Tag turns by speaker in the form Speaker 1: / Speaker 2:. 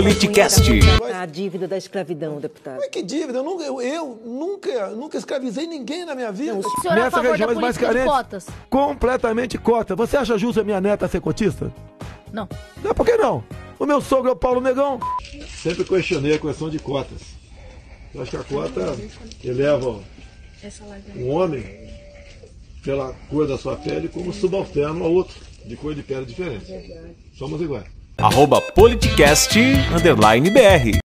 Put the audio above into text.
Speaker 1: Politicast.
Speaker 2: A dívida da escravidão, deputado.
Speaker 3: Mas que dívida? Eu nunca, eu, eu nunca, nunca escravizei ninguém na minha vida.
Speaker 4: O senhor é a favor da
Speaker 5: regiões
Speaker 4: política
Speaker 5: mais
Speaker 4: de
Speaker 5: carentes,
Speaker 4: cotas?
Speaker 5: Completamente cota. Você acha justo a minha neta ser cotista?
Speaker 4: Não.
Speaker 5: Não, por que não? O meu sogro é o Paulo Negão.
Speaker 6: Sempre questionei a questão de cotas. Eu acho que a cota eleva um homem pela cor da sua pele como subalterno a outro, de cor de pele diferente. Somos iguais.
Speaker 1: Arroba Politicast, underline BR.